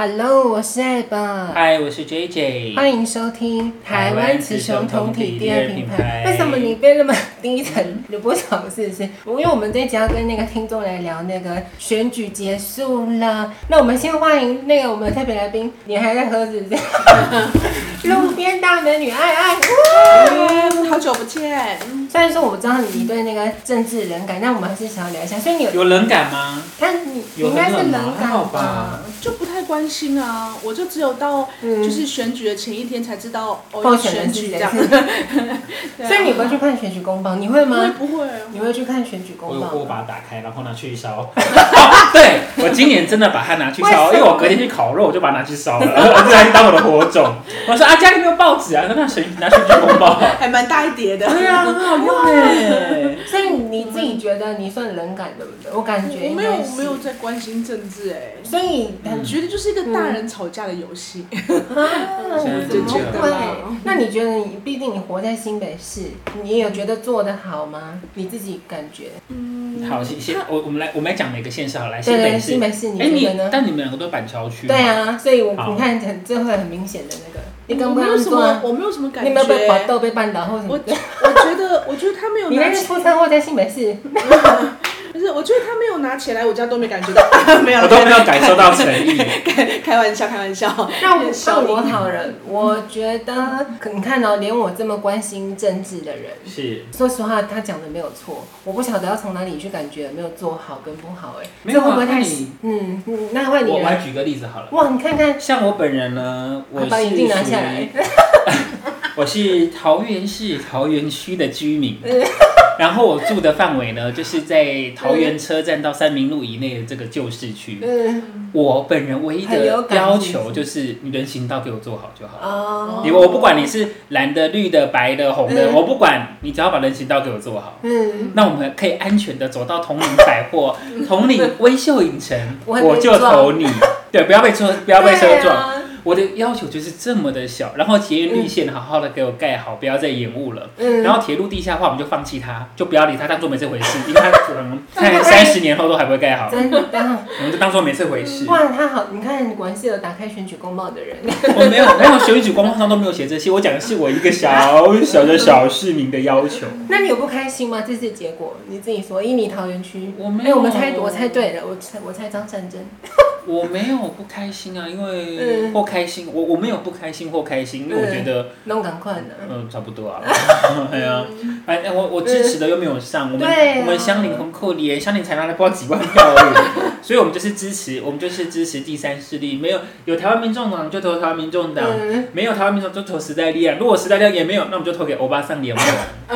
Hello，我是艾爸，嗨，我是 JJ。欢迎收听台湾雌雄同体第二品牌。为什么你变那么低沉？你不爽是不是？因为我们这集要跟那个听众来聊那个选举结束了，那我们先欢迎那个我们的特别来宾，你还在喝是不是？ 路边大美女爱爱。嗯好久不见，嗯虽然说我知道你对那个政治冷感，但我们还是想要聊一下。所以你有，有冷感吗？但你你有应该是很冷吗冷还好感吧？就不太关心啊。我就只有到嗯就是选举的前一天才知道哦，候要选人选是谁举这 样。对啊所以你不会去看选举公报，你会不会吗？不会，你会去看选举我公有报我吗？把它打开，然后拿去烧。 哦对，我今年真的把它拿去烧，为什么因为我隔天去烤肉，我就把它拿去烧了，我就拿去当我的火种。我说啊，家里没有报纸啊，那拿水拿水去公报。还蛮大一叠的。对啊，很好用哎。所以你自己觉得你算冷感对不对？我感觉我应没有该我没有是。在关心政治哎，所以很我觉得就是一个大人吵架的游戏。啊，嗯现在怎就么觉得会啦？那你觉得你，毕竟你活在新北市，你有觉得做得好吗？你自己感觉？嗯好，先先我我们来我们来讲每个县市好，来对新对，北新市。北市你哎，觉得你呢？但你们两个都板桥区。对。啊，所以我好你看很这会很明显的那个，你我跟不没跟有他什做么啊？，我没有什么感你有觉。没有被绑斗、被绊倒或什我么的？我觉得，我觉得他没有你拿那是起，出车祸在新北市，不是，我觉得他没有拿起来，我家都没感觉到， 没有我啦，都没有感受到诚意。 啊开开玩笑，开玩笑。让我小让我林好人。我觉得，可你看哦，连我这么关心政治的人，是。说实话，他讲的没有错，我不晓得要从哪里去感觉有没有做好跟不好、哎，没有这会不会啊太那你嗯嗯？那换你我我来了，举个例子好了。哇，你看看，像我本人呢，我把是眼属镜拿下来于， 我是桃园市桃园区的居 民，然后我住的范围呢，就是在桃园车站到三民路以内的这个旧市区。嗯我本人唯一很有的感要是不求是就是，你人行道给我做好就好了。哦你我不管你是蓝的、绿的、白的、红的，嗯我不管，你只要把人行道给我做好，嗯，那我们可以安全的走到统领百货、 统领微秀影城，我会我被就撞 投你。对，不要被车，不要被车对啊撞。我的要求就是这么的小，然后捷运绿线好好的给我盖好，不要再延误了。嗯，然后铁路地下化我们就放弃它，就不要理它，当做没这回 事，因为它可能在三十年后都还不会盖好，真的，我们就当做没这回事。哇，他好，你看，果然是有打开选举公报的人，我没有没有选举官方上都没有写这些，我讲的是我一个小小的小市民的要求。那你有不开心吗？这次结果你自己说，印尼桃园区，我没哎、有啊我们猜，我猜对了，我猜我猜张善珍，我没有不开心啊，因为嗯或开心，我我没有不开心或开心，因为我觉得弄赶快呢，嗯、差不多啊， 哎呀、反正我我支持的又没有上，我们、嗯对啊我们乡邻很可怜，乡邻才拿了不知道几万票而 已，所以我们就是支持，我们就是支持第三势力，没有有台湾民众党就投台湾民众党，嗯，没有台湾民众就投时代力量，如果时代力量也没有，那我们就投给欧巴桑联盟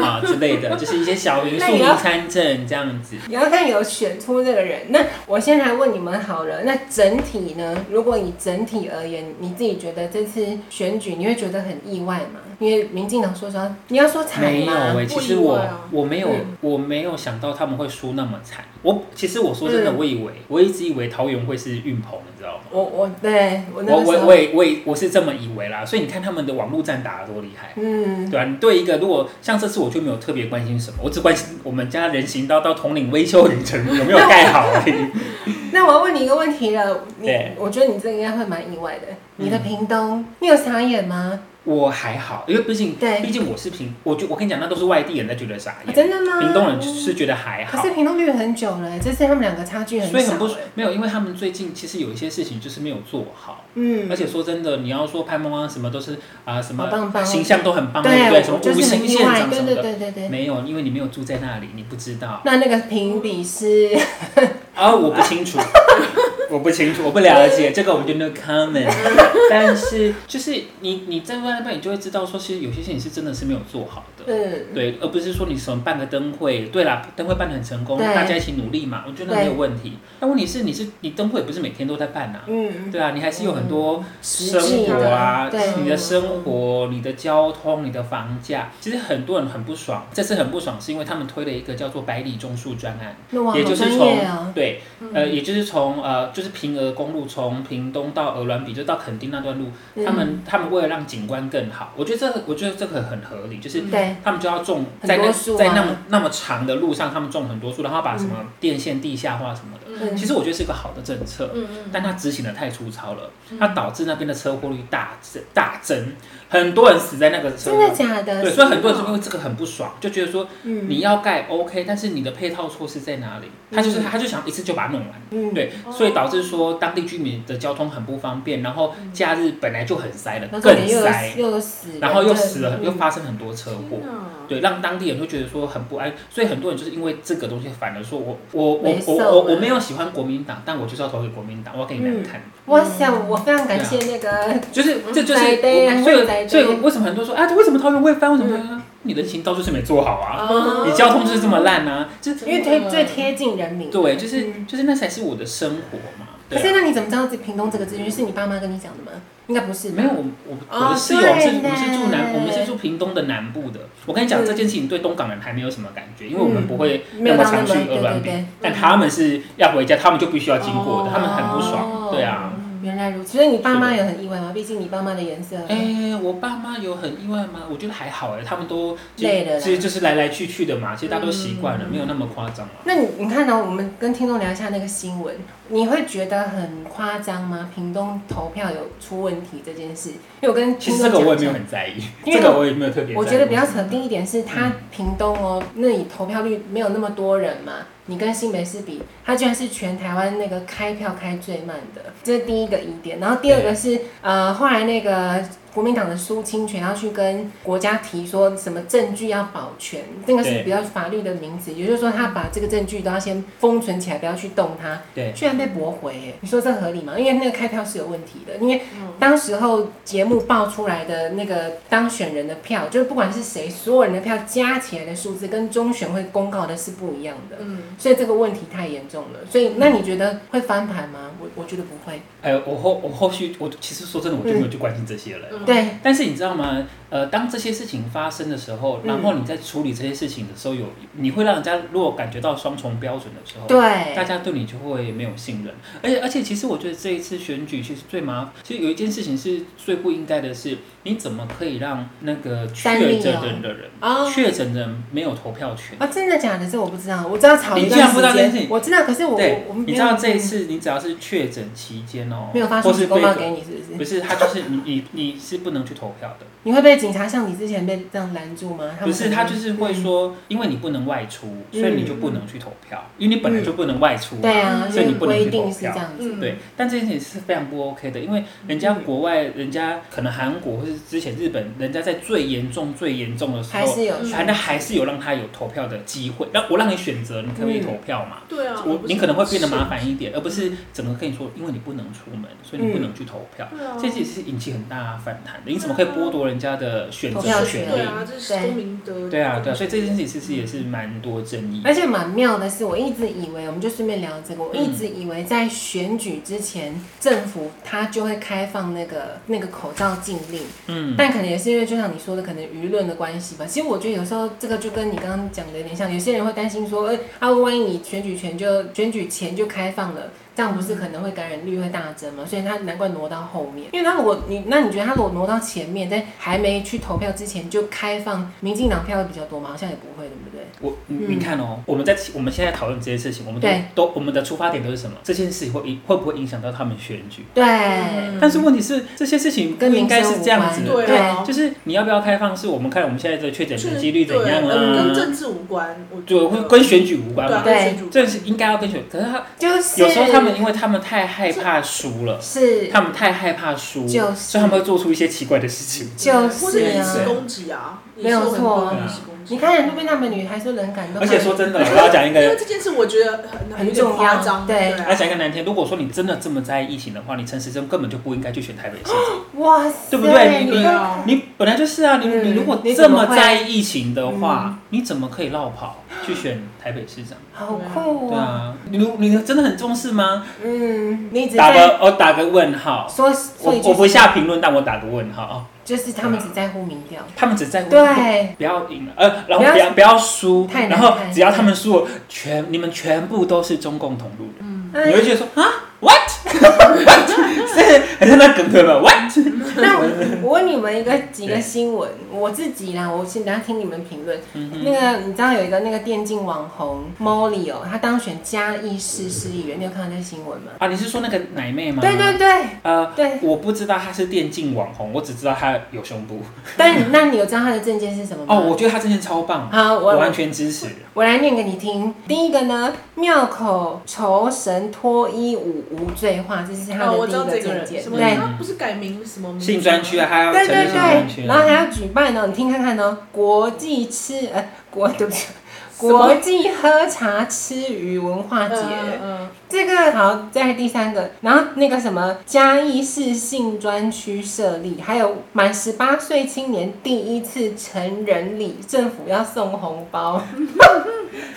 啊之类 的，就是一些小民那庶你民要参政这样子。你要看有选出这个人，那我先来问你们好了。那整体呢？如果以整体而言，你自己觉得这次选举你会觉得很意外吗？因为民进党说实话，你要说惨没有吗？哎、不其实意我外啊我没有、嗯我没有想到他们会输那么惨。我其实我说真的，嗯我以为、我一直以为桃园会是运鹏，你知道吗？我我对我那我个时我候，我也我也我是这么以为啦，所以你看他们的网络战打得多厉害，嗯，对啊，你对一个如果像这次我就没有特别关心什么，我只关心我们家人行道到统领微秀影城有没有盖好而已。 那我要问你一个问题了，你对我觉得你这个应该会蛮意外的。你的嗯屏东，你有傻眼吗？我还好，因为毕竟对毕竟我是平，我就我跟你讲，那都是外地人在觉得傻啊眼，真的吗？屏东人是觉得还可好是。屏东绿很久了，这次他们两个差距很所以少很不欸，没有，因为他们最近其实有一些事情就是没有做好，嗯而且说真的，你要说潘妈妈什么都是啊、什好么棒棒形象都很棒，啊对不对？对，什么我就是五很星意县外，长对什么对的，对对对。没有，因为你没有住在那里，你不知道。那那个评比是，啊，我 不清楚，我不清楚，我不了解这个，我们就 no comment。但 是就是你你在外面，你就会知道说，其实有些事情是真的是没有做好的。嗯，对，而不是说你什么办个灯会，对啦，灯会办得很成功，对大家一起努力嘛，我觉得没有问题。但问题是，你是你灯会也不是每天都在办呐、嗯，对啊，你还是有很多实生际活啊的，，对，你的生活、你的交通、你的房价，其实很多人很不爽。这次很不爽，是因为他们推了一个叫做“百里种树”专案，那哇，也好就是专从业啊，嗯对，呃，也就是从呃，就就是平峨公路从屏东到鹅銮鼻，就到垦丁那段路，嗯他们他们为了让景观更好，我觉得这个我觉得这个很合理，就是对，他们就要种很在那多树啊在那么那么长的路上，他们种很多树，然后把什么电线地下化什么的。嗯其实我觉得是一个好的政策，嗯嗯，但它执行的太粗糙了，嗯它导致那边的车祸率大增大增，很多人死在那个车真祸的。假的？对，所以很多人是因为这个很不爽，就觉得说嗯你要盖 OK，但是你的配套措施在哪里？他就是他就想一次就把它弄完，嗯，哦对，所以导致说当地居民的交通很不方便，然后假日本来就很塞了，嗯然后重更点又有塞死，又有死人，然后又死了，对嗯又发生很多车祸天。哪，对，让当地人会觉得说很不安，所以很多人就是因为这个东西，反而说我我我没我送啊我我没有喜欢国民党，但我就是要投给国民党，我要给你嗯们看。哇塞，我非常感谢那个，就是这就是在地啊我，所会在以地所以为什么很多人说啊，为什么桃园会翻？为什么、嗯、你的行道就是没做好啊？哦你交通就是这么烂啊？就是因为最最贴近人民。对，就是、嗯就是那才是我的生活嘛。可对是啊、那你怎么知道自己屏东这个资讯是你爸妈跟你讲的吗？应该不是吧，没有我我哦我的室友是我对们是住呢南我们是住屏东的南部的。我跟你讲嗯这件事情对东港人还没有什么感觉，因为我们嗯不会没有么到那常么去对鹅銮对鼻对，但他们是要回家，他们就必须要经过的，他们很不爽。哦对啊，原来如此。所以你爸妈有很意外吗？毕竟你爸妈的颜色，哎、我爸妈有很意外吗？我觉得还好哎、他们都就累了啦其实就是来来去去的嘛，其实大家都习惯了，没有那么夸张啊。那你你看到、我们跟听众聊一下那个新闻，你会觉得很夸张吗？屏东投票有出问题这件事，因为我跟其听实众这讲一下，个我也没有很在意，因为这个嗯我也没有特别在意。嗯我觉得比较扯定一点是，他屏东哦，那里投票率没有那么多人嘛，你跟新北市比，他居然是全台湾那个开票开最慢的，这是第一个疑点。然后第二个是，呃，后来那个国民党的苏清泉要去跟国家提说什么证据要保全，这个是对比较法律的名词，也就是说他把这个证据都要先封存起来，不要去动它。对，居然被驳回耶，你说这合理吗？因为那个开票是有问题的，因为当时候节目报出来的那个当选人的票，就是不管是谁，所有人的票加起来的数字跟中选会公告的是不一样的，嗯，所以这个问题太严重了。所以那你觉得会翻盘吗？我我觉得不会。哎，我后我后续我其实说真的，我就没有去关心这些了。嗯对，但是你知道吗？呃，当这些事情发生的时候，嗯然后你在处理这些事情的时候，有你会让人家如果感觉到双重标准的时候，大对，家对你就会没有信任，而且而且，其实我觉得这一次选举其实最麻烦，其实有一件事情是最不应该的是，你怎么可以让那个三立确哦诊的人，哦确诊人没有投票权？啊，真的假的？这我不知道，我知道吵一你居段然不时知道这件事间情，我知道，可是我对我我，们你没知有嗯道这一次你只要是确诊期间哦，没有发或出是公告被给你，是不不是？是他就是你你你是不能去投票的，你会被警察像你之前被这样拦住吗？他不们是可能嗯他就是会说，因为你不能外出，所以你就不能去投票，因为你本来就不能外出嘛，对啊，嗯所以你不能去规投定是这票。样子。嗯对，但这件事情是非常不 OK 的，因为人家嗯国外，人家可能韩国或是之前日本，人家在最严重、最严重的时还候，是有嗯反正还是有让他有投票的机会，让我让你选择，你可不可以投票嘛？对嗯啊，我不是你可能会变得麻烦一点，而不是整个跟你说，因为你不能出门，所以你不嗯能去投票。对啊这其实是引起很大反弹的，你怎么可以剥夺人家的选择投票的权权对利？啊，这是公民德，对啊，对啊，所以这件事情其实也是蛮多争议的。而且蛮妙的是，我一直以为，我们就顺便聊这个，我嗯一直以为在选举之前，政府它就会开放那个那个口罩禁令，嗯，但可能也是因为就像你说的，可能舆论的关系吧。其实我觉得有时候这个就跟你刚刚讲的有点像，有些人会担心说，呃，啊，万一你选举前就选举前就开放了。这样不是可能会感染率会大增吗？所以他难怪挪到后面，因为他如果你那你觉得他如果挪到前面，在还没去投票之前就开放，民进党票会比较多吗？好像也不会，对不对？我你嗯你看哦，我们在我们现在讨论这些事情，我们都对都我们的出发点都是什么？这件事情会影会不会影响到他们选举？对，但是问题是，这些事情不嗯跟应民该生是无这样子关的，对啊就是你要不要开放，是我们看我们现在的确诊是的几率怎对样跟跟啊，政治无关，我觉对，得会跟选举无关对啊嘛。对跟选举无关这是应该要跟选，可是他就是有时候他们因为他们太害怕输了，是他们太害怕输，就是所以他们会做出一些奇怪的事情。就或是是以啊此，攻击啊，没有错啊以此攻击你看路边那美女还说人感动，而且说真的，我要讲一因为个，啊这件事我觉得很有很点重要夸张，对我要啊讲一个难听。如果说你真的这么在意疫情的话，你陈时中根本就不应该去选台北市长。哇塞，对不对哦你你对看啊，你本来就是啊，你嗯你如果你这怎么么会嗯在意疫情的话，你怎么可以绕跑去选台北市长？好酷哦，对啊，你如你真的很重视吗？嗯，你只打在个我打个问号，说我说一我句，不下评论，但我打个问号。哦就是他们只在乎民调，他们只在乎对不要赢了，呃，然后不不要要不要输，太难然后看嗯哎只要他们输了，全你们全部都是中共同路人，你会觉得说啊， what what，是很像那梗对吧？what 那我我问你们一个几个新闻，我自己啦，我先等下听你们评论。嗯那个你知道有一个那个电竞网红 Molly 哦，她当选嘉义市市议员，你有看到这新闻吗？啊？你是说那个奶妹吗？对对对呃，对，我不知道她是电竞网红，我只知道她有胸部。但你那你有知道她的证件是什么吗？哦，我觉得她真的超棒，好，我我完全支持。我来念给你听。第一个呢，庙口酬神脱衣舞无罪化，这是他哦，的我第知一道这个证件。人，什么对嗯他不是改名什么名字性专区啊，她要对承认对性专对，区然后啊。还要举办呢，你听看看呢，国际吃呃国对不起，什么国际喝茶吃鱼文化节。嗯嗯，这个好，在第三个，然后那个什么嘉义市性专区设立，还有满十八岁青年第一次成人礼，政府要送红 包，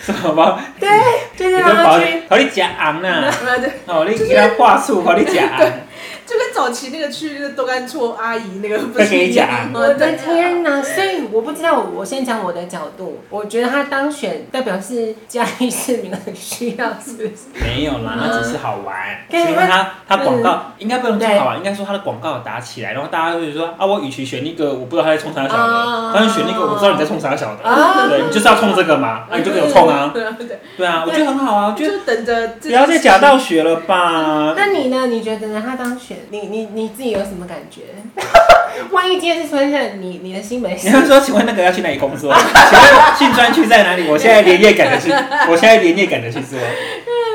什么？对，就是你让都他跑去。跑你假昂呐！嗯对，哦，你给他话术，跑你假 昂。就跟早期那个去那个豆干厝阿姨那个不再是给你一样讲啊吗我的天哪！嗯所以我不知道，我先讲我的角度，我觉得他当选代表是嘉义市民很需要，是不是？没有啦，啊那只是好玩。对因为它它广告应该不能说嗯对好啊玩，应该说它的广告打起来，然后大家会说啊，我与其选那个我不知道他在冲啥小啊的，当然选那个我知道你在冲啥小的，啊对你就是要冲这个嘛，那你就给我冲啊，对啊对，对啊，我觉得很好啊，我觉得就等着这不要再假道学了吧。那你呢？你觉得呢？他当选，你你你自己有什么感觉？万一今天是出现在你你的新北 你市，要说，请问那个要去哪里工作？ 请问性专区在哪里？我现在连夜赶着去，我现在连夜赶着去做。啊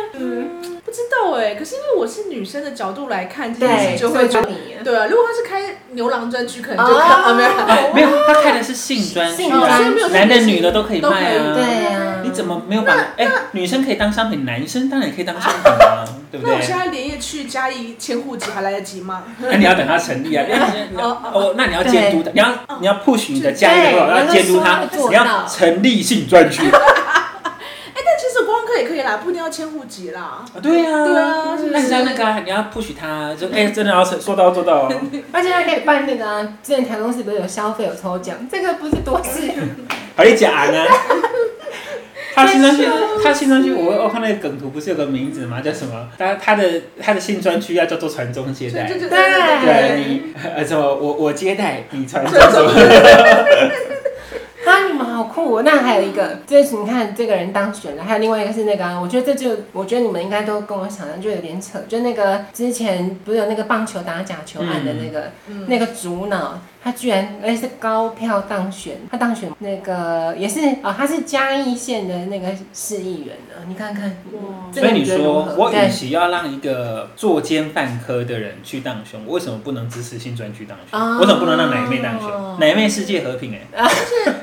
不知道哎、可是因为我是女生的角度来看这件对，事，就所以会觉就得。你。对啊，如果他是开牛郎专区，可能就看哦啊没有啦，没有，他开的是性专区性啊专区，男的女的都可以卖啊。对啊，你怎么没有把？哎、女生可以当商品，男生当然也可以当商品啊，对不那我现对？在连夜去嘉义迁户籍还来得及吗？那你要等他成立啊，你要你要哦哦，那你要监督他，你要你要 push 你的家对人，你要监督他我就说，你要成立性专区。哎，但其实观光客也可以啦，不一定要迁户籍啦。对呀、对啊是不是那你要那个、啊，你要 push 他，就哎、真的要成说到做 到、哦。而且还可以办那个啊，之前台中市不是有消费有抽奖，这个不是多 事。好你假呢？他性专区，他性专区，我我看那个梗图不是有个名字吗？叫什么？他他的他的性专区啊要叫做传宗接代。对对对你呃什么？我我接待你传宗对对对对啊，你们好酷、哦！那还有一个，这是你看这个人当选了，还有另外一个是那个、啊，我觉得这就我觉得你们应该都跟我想象就有点扯，就那个之前不是有那个棒球打假球案的那个、嗯那个主脑，他居然而且是高票当选，他当选那个也是哦，他是嘉义县的那个市议员呢，你看看，哇这所个以你觉得如说何，我与对其要让一个作奸犯科的人去当凶，我为什么不能支持新专区当凶？哦我怎么不能让奶妹当凶？奶妹世界和平哎、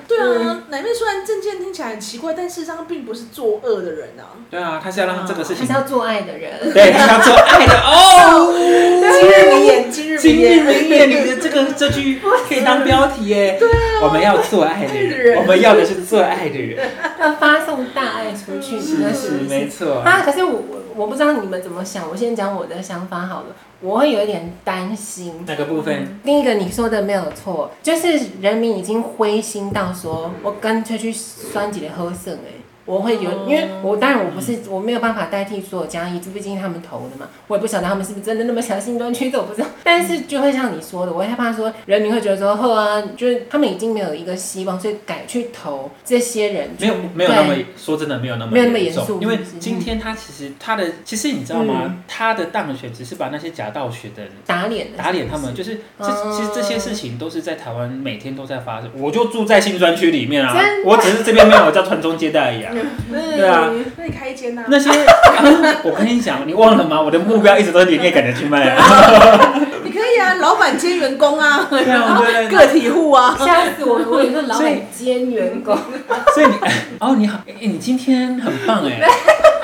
对嗯啊！奶妹虽然证件听起来很奇怪，但事实上她并不是作恶的人啊。对啊，她是要让这个事他情是，要做爱的人，对，她是要做爱的哦。今日明眼，今日今日明夜，你的这 个这句可以当标题耶。对啊，我们要做爱的人，我们要的是做爱的 人，要发送大爱出去，你 是的是是没错。啊，可是我我我不知道你们怎么想，我先讲我的想法好了，我会有点担心。哪个部分？第一个你说的没有错，就是人民已经灰心到说，我干脆去酸几的喝剩哎、我会有，哦因为我当然我不是我没有办法代替所有嘉义，这毕竟他们投的嘛，我也不晓得他们是不是真的那么相信端区的，我不知道。但是就会像你说的，我会害怕说人民会觉得说，呵啊，就是他们已经没有一个希望，所以改去投这些人，没有没有那么说真的没有那么没有那么严严肃嗯因为是不是今天他其实他的其实你知道吗？他的当选只是把那些假道学的人打脸的打脸他们，就是这哦其实这些事情都是在台湾每天都在发生。我就住在新专区里面啊真，我只是这边没有叫传宗接代而已啊。对啊嗯那你开一间呐？那些、啊我跟你讲，你忘了吗？我的目标一直都是连夜赶着去卖啊。你可以啊，老板兼员工啊， 对啊，对对对。个体户啊。吓死我了！我以为是老所以板兼员工，所以你 哦，你好，哎你今天很棒 哎。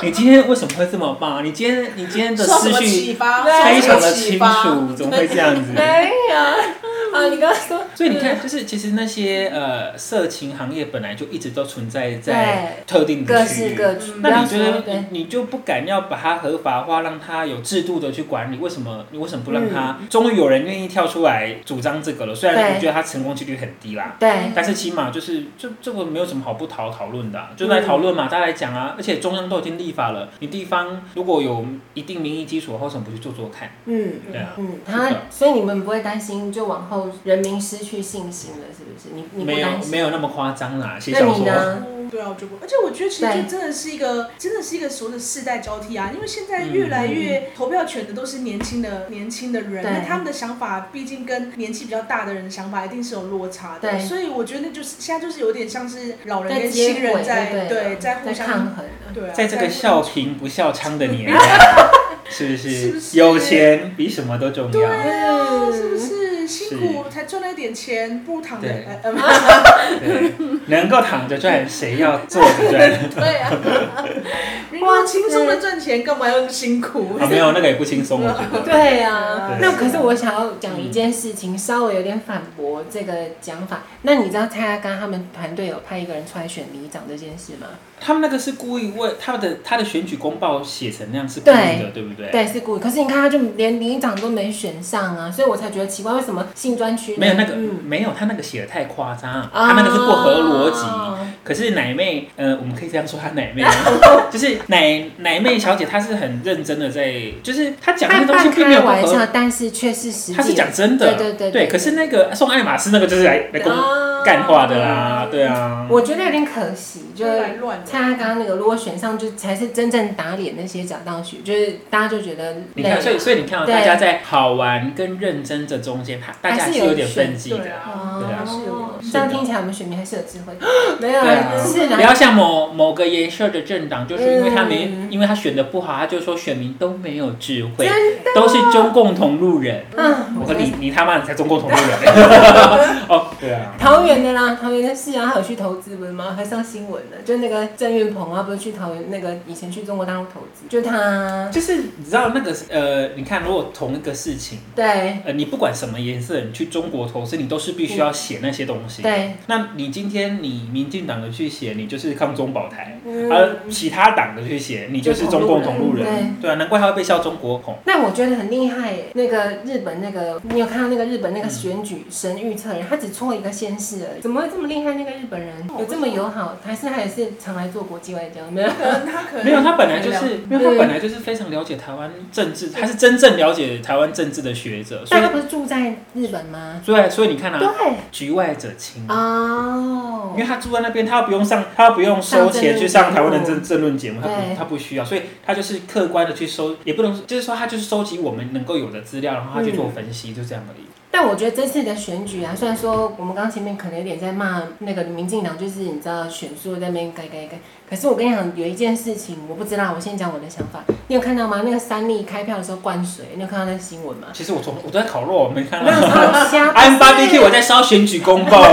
你今天为什么会这么棒？你今天你今天的受什思么绪启发？对非受什常么的启清发 楚，怎么会这样子？没有。啊，你刚刚说，所以你看，就是其实那些呃色情行业本来就一直都存在在特定各的区式域。各处。嗯那你觉不要说得对你你就不敢要把它合法化，让它有制度的去管理？为什么你为什么不让它？终于有人愿意跳出来主张这个了，虽然嗯对我觉得它成功几率很低啦，对但是起码就是这这个没有什么好不讨讨论的啊、就来讨论嘛，大家来讲啊。而且中央都已经立法了，你地方如果有一定民意基础的话，为什么不去做做看？嗯对啊，嗯，是的他所以你们不会担心就往后人民失去信心了，是不是？你你没不有担心？没有那么夸张啦，写那小你说。呢？嗯对啊，我觉得，而且我觉得其实对就真的是一个，真的是一个所谓的世代交替啊，因为现在越来越投票权的都是年轻的年轻的嗯人，对那他们的想法毕竟跟年纪比较大的人的想法一定是有落差的，对所以我觉得就是现在就是有点像是老人在跟接新轨人在对对在互抗相衡了。对啊，在这个互笑贫不笑娼的年代，是不是是不是有钱比什么都重对要？啊，嗯是不是辛苦才赚了一点钱，不如躺着对呃呃，对，能够躺着赚，谁要坐着赚？对啊，如果轻松的赚钱，干嘛要辛苦？ 啊，没有那个也不轻松，我觉 得。对啊，对那可是我想要讲一件事情，稍微有点反驳这个讲法。那你知道蔡阿刚他们团队有派一个人出来选里长这件事吗？他们那个是故意为他的他的选举公报写成那样是故意的，对不对？对，是故意。可是你看，他就连里长都没选上啊，所以我才觉得奇怪，为什么性专区呢没有那个嗯，没有他那个写的太夸张，啊他那个是不合逻辑。可是奶妹，呃，我们可以这样说她奶妹 吗，就是奶奶妹小姐，她是很认真的在，就是她讲那他些东西半并没开有不玩合笑，但是却是实际。他是讲真的，对对对对对可是那个送爱马仕那个就是来来公啊嗯干话的啦，对啊，哦我觉得有点可惜，就就是来乱蔡阿刚刚那个，如果选上，就才是真正打脸那些假道学，就是大家就觉得你累看，。所以所以你看到对大家在好玩跟认真这中间，他大家还还是是有有点分歧对的。啊对啊哦，是有这样是的听起来我们选民还是有智慧，没有对啊，是 不的，要像某某个颜色的政党，就是因为他没，嗯因为他选的不好，他就说选民都没有智慧，真的都是中共同路人。嗯，我觉说得你你他妈你才中共同 路人！哦，对啊，桃园的啦，桃园的市啊，还有去投资不是吗？还上新闻了，就那个郑运鹏啊，不是去桃园那个以前去中国大陆投资，就他就是你知道那个呃，你看如果同一个事情。对呃，你不管什么颜色，你去中国投资，你都是必须要写那些东西。对，那你今天你民进党的去写，你就是抗中保台；嗯而其他党的去写，你就是中共同路人。对啊，难怪他会被笑中国恐。那我觉得很厉害耶，那个日本那个，你有看到那个日本那个选举神预测人，他只错一个县市而已，怎么会这么厉害？那个日本人有这么友好，还是他也是常来做国际外交？没有，可能他 可能没有，他本来就是，没有，他对本来就是非常了解台湾政治，他是真正了解台湾政治的学者。所但 以他，不是住在日本吗？所以，所以你看啊，对，局外者清。哦因为，他住在那边，他不用上，他不用收钱去上台湾的政政论节目，他对不他不需要，所以他就是客观的去收，也不能就是说他就是收集我们能够有的资料，然后他去做分析，就这样而已。但我觉得这次的选举啊，虽然说我们刚前面可能有点在骂那个民进党，就是你知道选书在那边改改改，可是我跟你讲，有一件事情我不知道，我先讲我的想法。你有看到吗？那个三立开票的时候灌水，你有看到那个新闻吗？其实我从我都在烤肉，我没看那到。个超瞎 I'm 不是 barbecue，我在烧选举公报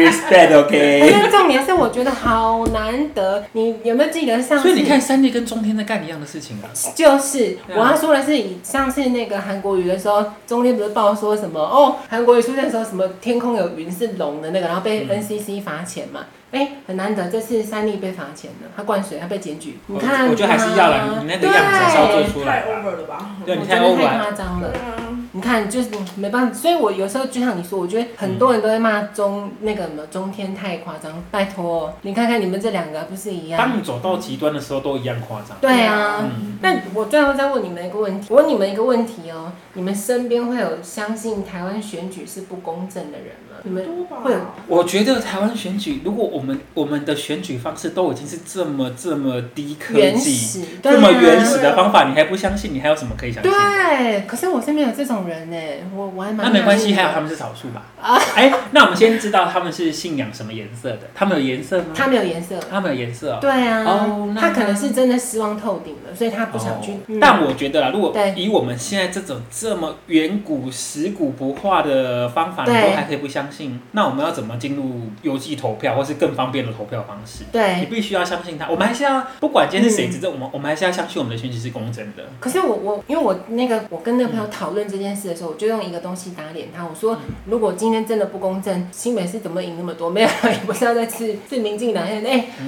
可，OK，respect，OK。是重点是，我觉得好难得。你有没有记得上次？所以你看，三立跟中天在干一样的事情啊。就是对啊我要说的是，以上次那个韩国瑜的时候，中间不是报说什么哦，韩国瑜出现的时候什么天空有云是龙的那个，然后被嗯 NCC 罚钱嘛。哎、很难得，这次三立被罚钱了，他灌水，他被检举。你我看吧，我觉得还是要啦，你那个样子还是要做对，出来太吧。 over 了吧？对，我你觉太得 over 太了。夸张了对。啊，你看，就是没办法，所以我有时候就像你说，我觉得很多人都在骂中那个什么中天太夸张，拜托，你看看你们这两个不是一样？当你走到极端的时候，都一样夸张。对啊。嗯，那我最后再问你们一个问题，我问你们一个问题哦，你们身边会有相信台湾选举是不公正的人吗？你们多吧？会有我觉得台湾选举，如果我们我们的选举方式都已经是这么这么低科原技、始，对这啊么原始的方法，你还不相信，你还有什么可以相信？对，啊可是我身边有这种人呢，我我还蛮那没关系，讶异还的有他们是少数吧？啊哎，那我们先知道他们是信仰什么颜色的？他们有颜色吗？他没有颜色，他们有颜色哦。对啊，哦那他可能是真的失望透顶了，所以他不想去。哦嗯但我觉得啦，如果对以我们现在这种这么远古、食古不化的方法，你对都还可以不相信，那我们要怎么进入邮寄投票，或是更方便的投票方式？你对，必须要相信他，我们还是要不管今天是谁嗯执政，我们我们还是要相信我们的选举是公正的。可是我我因为我那个我跟那个朋友讨论这件事的时候，我就用一个东西打脸他。我说，如果今天真的不公正，新北市怎么赢那么多？没有，也不知道在吃是民进党。哎、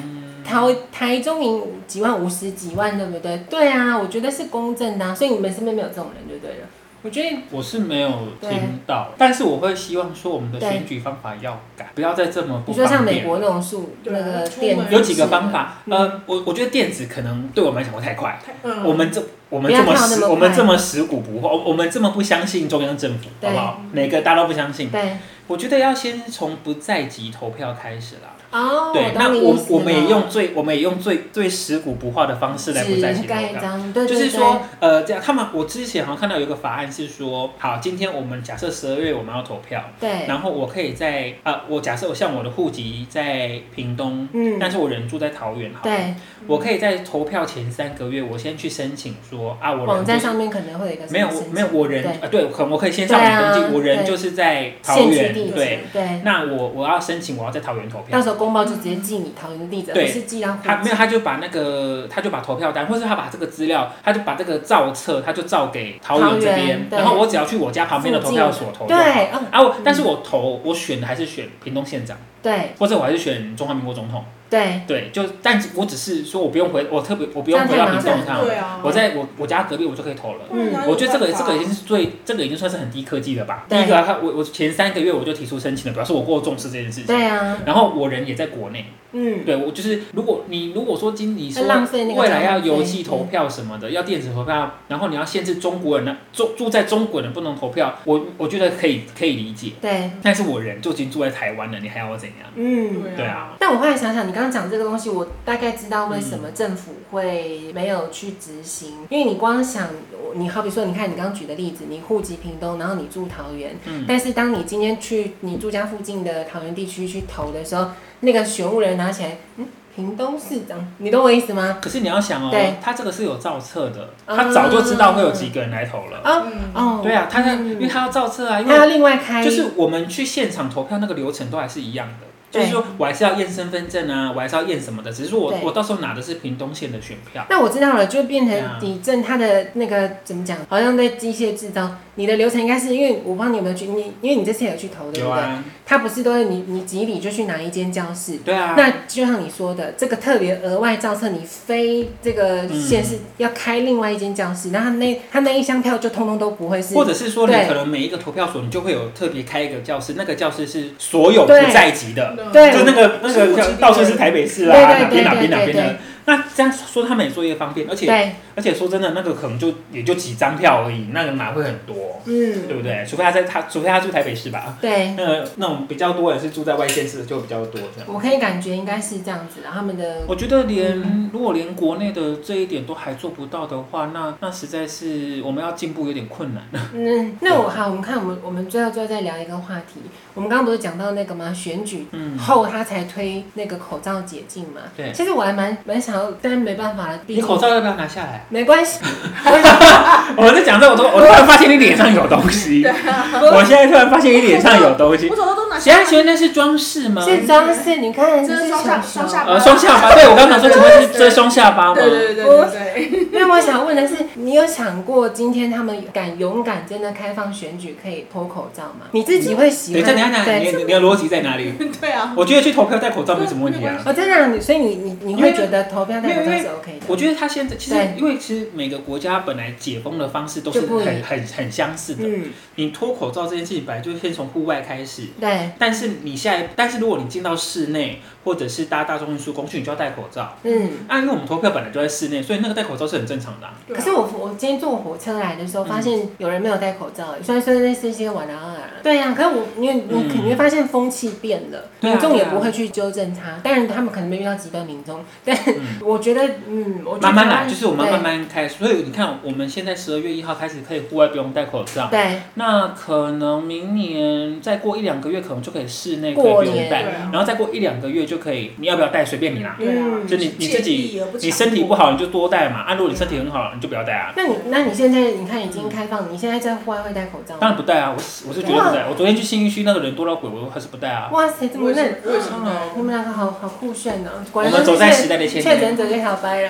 台台中赢几万、五十几万，对不对？对啊，我觉得是公正的、啊，所以你们身边没有这种人就对了。我觉得我是没有对听到，但是我会希望说我们的对选举方法要改，不要再这么不你说像方美便。国那嗯种数那对啊个出门电子有几个式的方法，呃，我我觉得电子可能对我们来讲会太快，嗯，我们这我们不要这么跳那死，么快我们这么死骨不化，我我们这么不相信中央政府，对好不好？每个大家都不相信，对我觉得要先从不在籍投票开始啦。哦，对，懂那你意我思我们也了用最我们也用最最死骨不化的方式来不在籍纸投盖票。章，对对对，就是说，呃，这样他们，我之前好像看到有一个法案是说，好，今天我们假设十二月我们要投票，对，然后我可以在啊、我假设我像我的户籍在屏东，嗯，但是我人住在桃园，好，，对，我可以在投票前三个月，我先去申请说啊，我人网站就是上面可能会有一个没有什么我申没有请我人对啊、对，可能我可以先上网登对啊记，我人对就是在桃限制园地，址，对，对，那我我要申请我要在桃园投票到。时候公报就直接寄你桃园的地址，而对不是寄到户他没有，籍他就把那个，他就把投票单，或是他把这个资料，他就把这个照册，他就照给桃桃园园这边，对然后我只要去我家旁边的投票所投就好。对，嗯，啊，我但是我投我选的还是选屏东县长，对或者我还是选中华民国总统。对，对，就但是我只是说我不用回，我特别我这不用样回太到麻屏烦东了看，对啊，我在我我家隔壁我就可以投了。嗯哪有我觉得这个办法这个已经是最，这个已经算是很低科技了吧。第对一个啊，他我我前三个月我就提出申请了，表示我够重视这件事情。对啊，然后我人也在国内，嗯，对我就是，如果你如果说今你说那浪费那个未来要交通邮费寄嗯投票什么的，要电子投票，然后你要限制中国人呢，住住在中国人不能投票，我我觉得可以可以理解。对，但是我人就已经住在台湾了，你还要我怎样？嗯。对对啊啊，但我后来想想，你刚刚讲这个东西，我大概知道为什嗯么政府会没有去执行，因为你光想，我你好比说，你看你刚刚举的例子，你户籍屏东，然后你住桃园，嗯但是当你今天去你住家附近的桃园地区去投的时候，那个选务人拿起来，嗯，屏东市长，你懂我意思吗？可是你要想对哦，他这个是有造册的，嗯他早就知道会有几个人来投了。啊嗯哦，对啊，他在嗯因为他要造册啊，因他要为另外开，就是我们去现场投票那个流程都还是一样的。就是对说我还是要验身份证啊，我还是要验什么的，只是说我对我到时候拿的是屏东县的选票。那我知道了，就变对成啊你正他的那个怎么讲，好像在机械制造。你的流程应该是因为我不知道你有没有去，你因为你这次也有去投对有不对？啊，他不是都是你你几里就去哪一间教室？对啊。那就像你说的，这个特别额外造册，你非这个嗯县市要开另外一间教室，然后他那他那一箱票就通通都不会是或者是说，你对可能每一个投票所，你就会有特别开一个教室，那个教室是所有不对在籍的，对就那个那是户籍个地到处是台北市对啊，对哪边哪边对哪边对的。那这样说，他们也做一个方便，而且对，而且说真的，那个可能就也就几张票而已，那个哪会很多，对嗯，不对？除非他在他，除非他住台北市吧。对，那个那种比较多人是住在外县市的就比较多这样。我可以感觉应该是这样子，然后他们的我觉得嗯连如果连国内的这一点都还做不到的话，那那实在是我们要进步有点困难。嗯，那我好，我们看我们我们最后最后再聊一个话题，我们刚刚不是讲到那个吗？选举嗯，后他才推那个口罩解禁嘛。对其实我还蛮蛮想要，但是没办法了，毕 你竟口罩要不要拿下来？没关系。 我在讲这，我都啊我突然发现你脸上有东西。 我现在突然发现你脸上有东西 我。找到都拿谁啊？请问那是装饰吗？是装饰，你看，这是是双下小双下熊呃，双下巴。对，我刚想说，请问是遮双下巴吗？对对对对对对，那我想问的是，你有想过今天他们敢勇敢真的开放选举可以脱口罩吗？你自己会喜等一欢？下，等一下，等一对，下，你你的逻辑在哪里？对 啊，我觉得去投票戴口罩没什么问题啊。哦，真的啊、你所以你你你因为会觉得投票戴口因罩为是 OK 的？我觉得他现在其实对，因为其实每个国家本来解封的方式都是就不一很很很相似的。嗯，你脱口罩这件事情本来就是先从户外开始，对，但是你下一，但是如果你进到室内或者是搭大众运输工具，你就要戴口罩。嗯。啊，因为我们投票本来就在室内，所以那个戴口罩是很正常的啊、可是我我今天坐火车来的时候，嗯发现有人没有戴口罩、虽然说那是一些晚安啊，对呀、可是我你你嗯肯定会发现风气变了，对啊民众也对啊不会去纠正他，当然他们可能没遇到极端民众，但嗯 我觉得嗯，我觉得慢慢来，他就是我们慢慢开。所以你看，我们现在十二月一号开始可以户外不用戴口罩，对那可能明年再过一两个月，可能就可以室内可以过不用年戴，对啊然后再过一两个月就可以，你要不要戴随便你啦。对，嗯就你你自己以啊而不你强身体迫不好你就多戴嘛，啊，如果你身体很好你就不要戴啊。那你那你现在你看已经开放，你现在在户外会戴口罩当吗？然不戴啊，我是我是绝对不戴。我昨天去新一区那个人多到鬼，我还是不戴啊。哇塞，怎么那我也是当然你们两个好好酷炫呢、果我然们走在时代的确前确沿。诊者就小白了，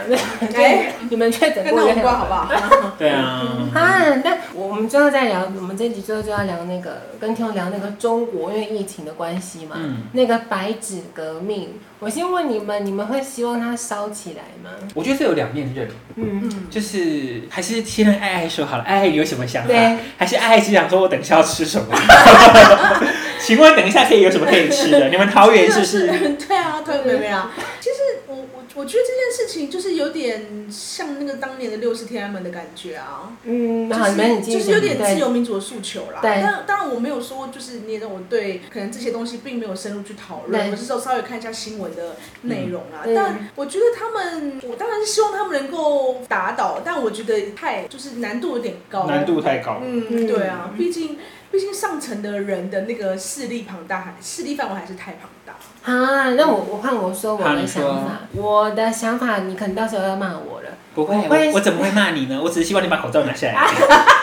哎， 你们确诊跟过那就无小关好白不好？对啊，啊，那我们最后再聊，我们这集最后就要聊那个跟听众聊那个中国，因为疫情的关系嘛，嗯那个白纸革命。我先问你们，你们会希望它烧起来吗？我觉得这有两面刃，嗯，嗯，就是还是先让爱爱说好了。爱爱有什么想法对？还是爱爱只想说我等一下要吃什 么？请问等一下可以有什么可以吃的？你们桃园是不是？ 对啊，对妹妹啊。其实我我我觉得这件事情就是有点像那个当年的六十天安门的感觉啊，嗯，就好，你们是你继续就是有点对自由民主的诉求啦。对但当然我没有说就是你也让我对可能这些东西并没有深入去讨对论，我是说稍微看一下新闻的内容啦。嗯但我觉得他们，我当然是希望他们能够打倒，但我觉得太就是难度有点高，难度太高。嗯嗯，对啊，毕竟毕竟上层的人的那个势力庞大，还势力范围还是太庞大。啊，那我我换我说我好的你想说法，我的想法你可能到时候要骂我了。 不会，我会我我怎么会骂你呢？我只是希望你把口罩拿下来。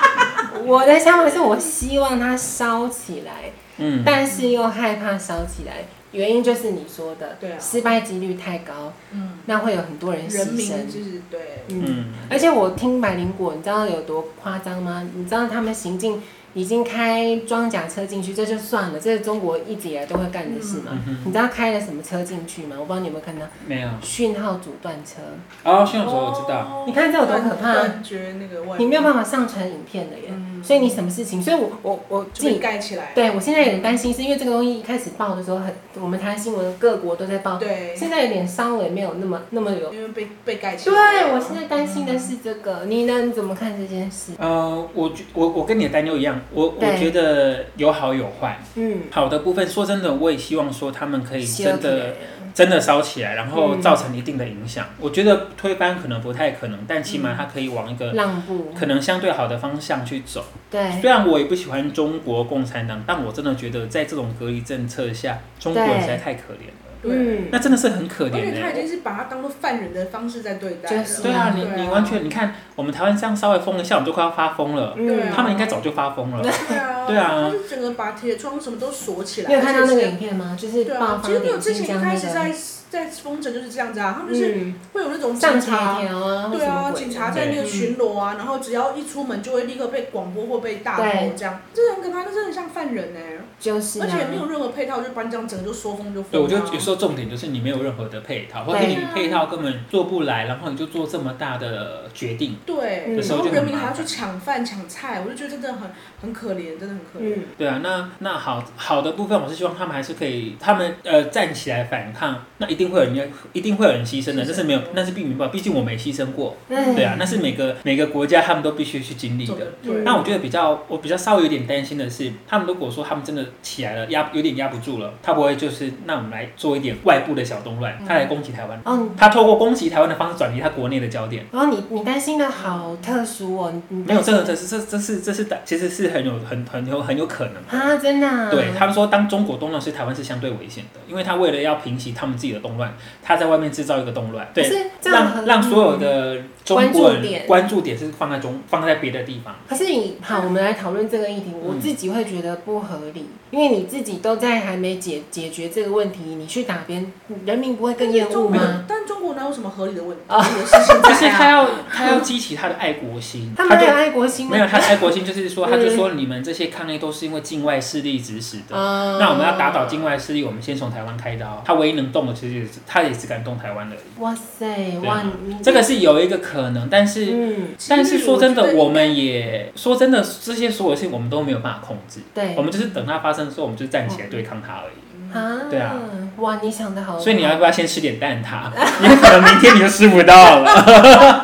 我的想法是我希望它烧起来，嗯，但是又害怕烧起来，原因就是你说的，对啊失败几率太高，嗯，那会有很多人牺人牲民。就是对，嗯，嗯，而且我听百灵果，你知道有多夸张吗？你知道他们行进已经开装甲车进去，这就算了，这是中国一直以来都会干的事嘛。嗯嗯哼你知道开了什么车进去吗？我不知道你有没有看到，没有。讯号阻断车，哦，迅手我知道。哦你看这有多可怕感觉那个外，你没有办法上传影片的耶。嗯所以你什么事情？所以我我我自就己被盖起来。对我现在有点担心，是因为这个东西一开始报的时候很，我们台湾新闻各国都在报，对，现在有点稍微没有那么那么有。因为被被盖起对来。我现在担心的是这个，你呢？你怎么看这件事？呃，我觉我我跟你的担忧一样，我我对觉得有好有坏。嗯，好的部分，说真的，我也希望说他们可以哎真希望可的以真的烧起来，然后嗯造成一定的影响。我觉得推翻可能不太可能，但起码它可以往一个让步，可能相对好的方向去走。对虽然我也不喜欢中国共产党，但我真的觉得在这种隔离政策下，中国人对实在太可怜了。对，嗯，那真的是很可而怜的、且他已经是把他当做犯人的方式在对待就是了。对啊，你对啊你完全你看，我们台湾这样稍微封一下，我们就快要发疯了。嗯对啊他们应该早就发疯了。对啊，对啊他是整个把铁窗什么都锁起来。你有看到那而个且影是？片吗？就是对爆啊，发其实点有之击这前一样开始那在个，在封城就是这样子啊，他们就是嗯，会有那种上警协察。调啊，或对什啊，么鬼警的察在那个巡逻啊，然后只要一出门就会立刻被广播或被大吼对这样，这很可怕，那真的像犯人呢、就是而啊且也没有任何配套，就把你这样整个就说风就风、啊。对，我觉得有时候重点就是你没有任何的配套，或者对你配套根本做不来，然后你就做这么大的决定。对，有时然候就后很人民麻还要烦去抢饭抢菜，我就觉得真的很很可怜，真的很可怜。嗯，对啊，那那好好的部分，我是希望他们还是可以，他们呃站起来反抗，那一定会有人要，一定会有人牺牲的，牺牲这是没有，那是避免不了，毕竟我没牺牲过。嗯对啊，那是每个每个国家他们都必须去经历走的得。对，那我觉得比较，我比较稍微有点担心的是，他们如果说他们真的起来了，压有点压不住了，他不会就是那我们来做一点外部的小动乱，他来攻击台湾，哦，你他透过攻击台湾的方式转移他国内的焦点。然后你你担心的好特殊哦，你你没有，这个担这是这这是这是其实是很有很很有很有可能。心啊，真的啊，对他们说，当中国动乱时，台湾是相对危险的，因为他为了要平息他们自己的动乱，他在外面制造一个动乱，可对，是这样让很嗯让所有的中国关注人点关注点是放在中放在别的地方。可是你好，我们来讨论这个议题，嗯我自己会觉得不合理，因为你自己都在还没解解决这个问题，你去打别人，人民不会更厌恶中国吗？，但中国哪有什么合理的问题？啊合理的事情在可是他啊要他要激起他的爱国心，他们就还有爱国心吗没？有他的爱国心，就是说嗯他就说你们这些抗议都是因为境外势力指使的。啊那我们要打倒境外势力，我们先从台湾开刀。他唯一能动的，其实也是他也只敢动台湾而已。哇塞，对啊哇，你这个是有一个可能，但是嗯，但是说真其的，实我们也说真的，这些所有事情我们都没有办法控制，对我们就是等它发生的时候，我们就站起来对抗它而已。啊，对啊，哇，你想的好，所以你要不要先吃点蛋挞？因为可能明天你就吃不到 了。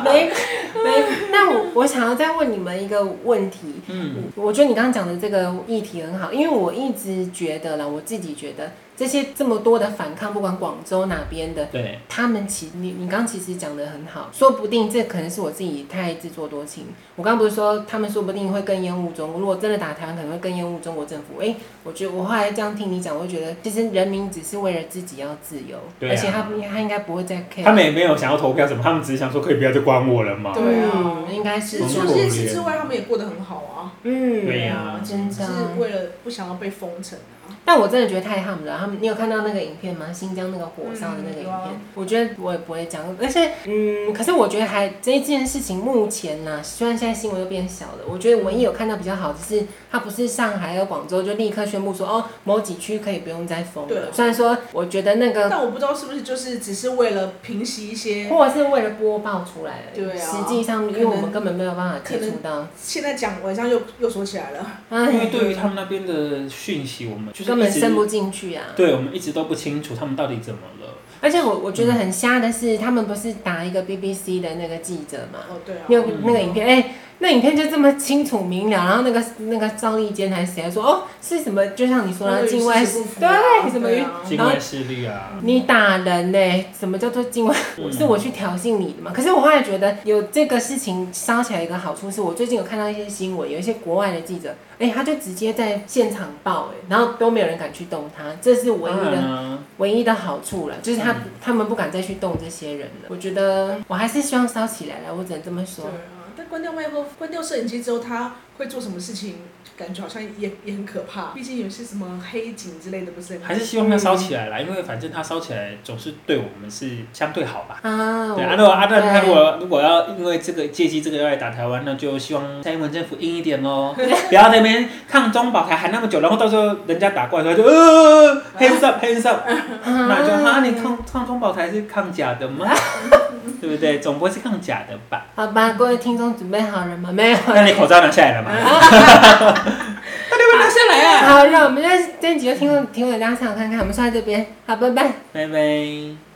没没，那我我想要再问你们一个问题，嗯我觉得你刚刚讲的这个议题很好，因为我一直觉得啦，我自己觉得这些这么多的反抗，不管广州哪边的，对，他们其你你刚刚其实讲的很好，说不定这可能是我自己太自作多情。我刚刚不是说他们说不定会更厌恶中国，如果真的打台湾，可能会更厌恶中国政府。诶，我觉得我后来这样听你讲，我会觉得其实人民只是为了自己要自由，对啊而且他不他应该不会再 care。他们也没有想要投票什么，他们只是想说可以不要再管我了嘛。对啊嗯应该是其实嗯除了这件事之外，他们也过得很好啊。嗯，对呀真只的是为了不想要被封城啊。但我真的觉得太他们了。他们，你有看到那个影片吗？新疆那个火烧的那个影嗯有片，啊我觉得我也不会讲。而且，嗯，可是我觉得还这件事情目前呢、虽然现在新闻都变小了，我觉得唯一有看到比较好的是，它不是上海还有广州就立刻宣布说，哦，某几区可以不用再封对啊了。虽然说，我觉得那个但我不知道是不是就是只是为了平息一些，或者是为了播报出来而已对啊实际上因为我们根本没有办法接触到，现在讲晚上又又说起来了。哎因为对于他们那边的讯息，我们就是根本一直伸不进去啊。对我们一直都不清楚他们到底怎么了。而且我我觉嗯得很瞎的是，他们不是打一个 BBC 的那个记者嘛，哦，对啊。那个那个影片，哎、那影片就这么清楚明了，然后那个那个赵立坚还是谁还说哦是什么，就像你说的境外势，啊对什么鱼鱼？境外势力啊，你打人呢、什么叫做境外？是我去挑衅你的嘛？可是我后来觉得有这个事情烧起来一个好处是，我最近有看到一些新闻，有一些国外的记者，哎、他就直接在现场报、哎，然后都没有人敢去动他，这是唯一当的然啊，唯一的好处了，就是他、嗯他们不敢再去动这些人了。我觉得我还是希望烧起来了，我只能这么对说。啊，但关掉麦克风、关掉摄影机之后，他会做什么事情？感觉好像也也很可怕。毕竟有些什么黑警之类的，不是很还是希望它烧起来啦，因为反正它烧起来总是对我们是相对好吧。啊，对，我啊，如果阿蛋他对如果如果要因为这个借机这个要来打台湾，那就希望蔡英文政府硬一点喽，不要在那边抗中保台喊那么久，然后到时候人家打过来的时候就呃 hands up hands up，那嗯就啊你抗抗中保台是抗假的吗？ 对不对？总不会是抗假的 吧？好吧，各位听众准备好了吗？没 有。那你口罩拿下来了吗？被拿下来啊！好，让我们这这几个听众听众大家想看看，我们上在这边，好，拜拜。拜拜。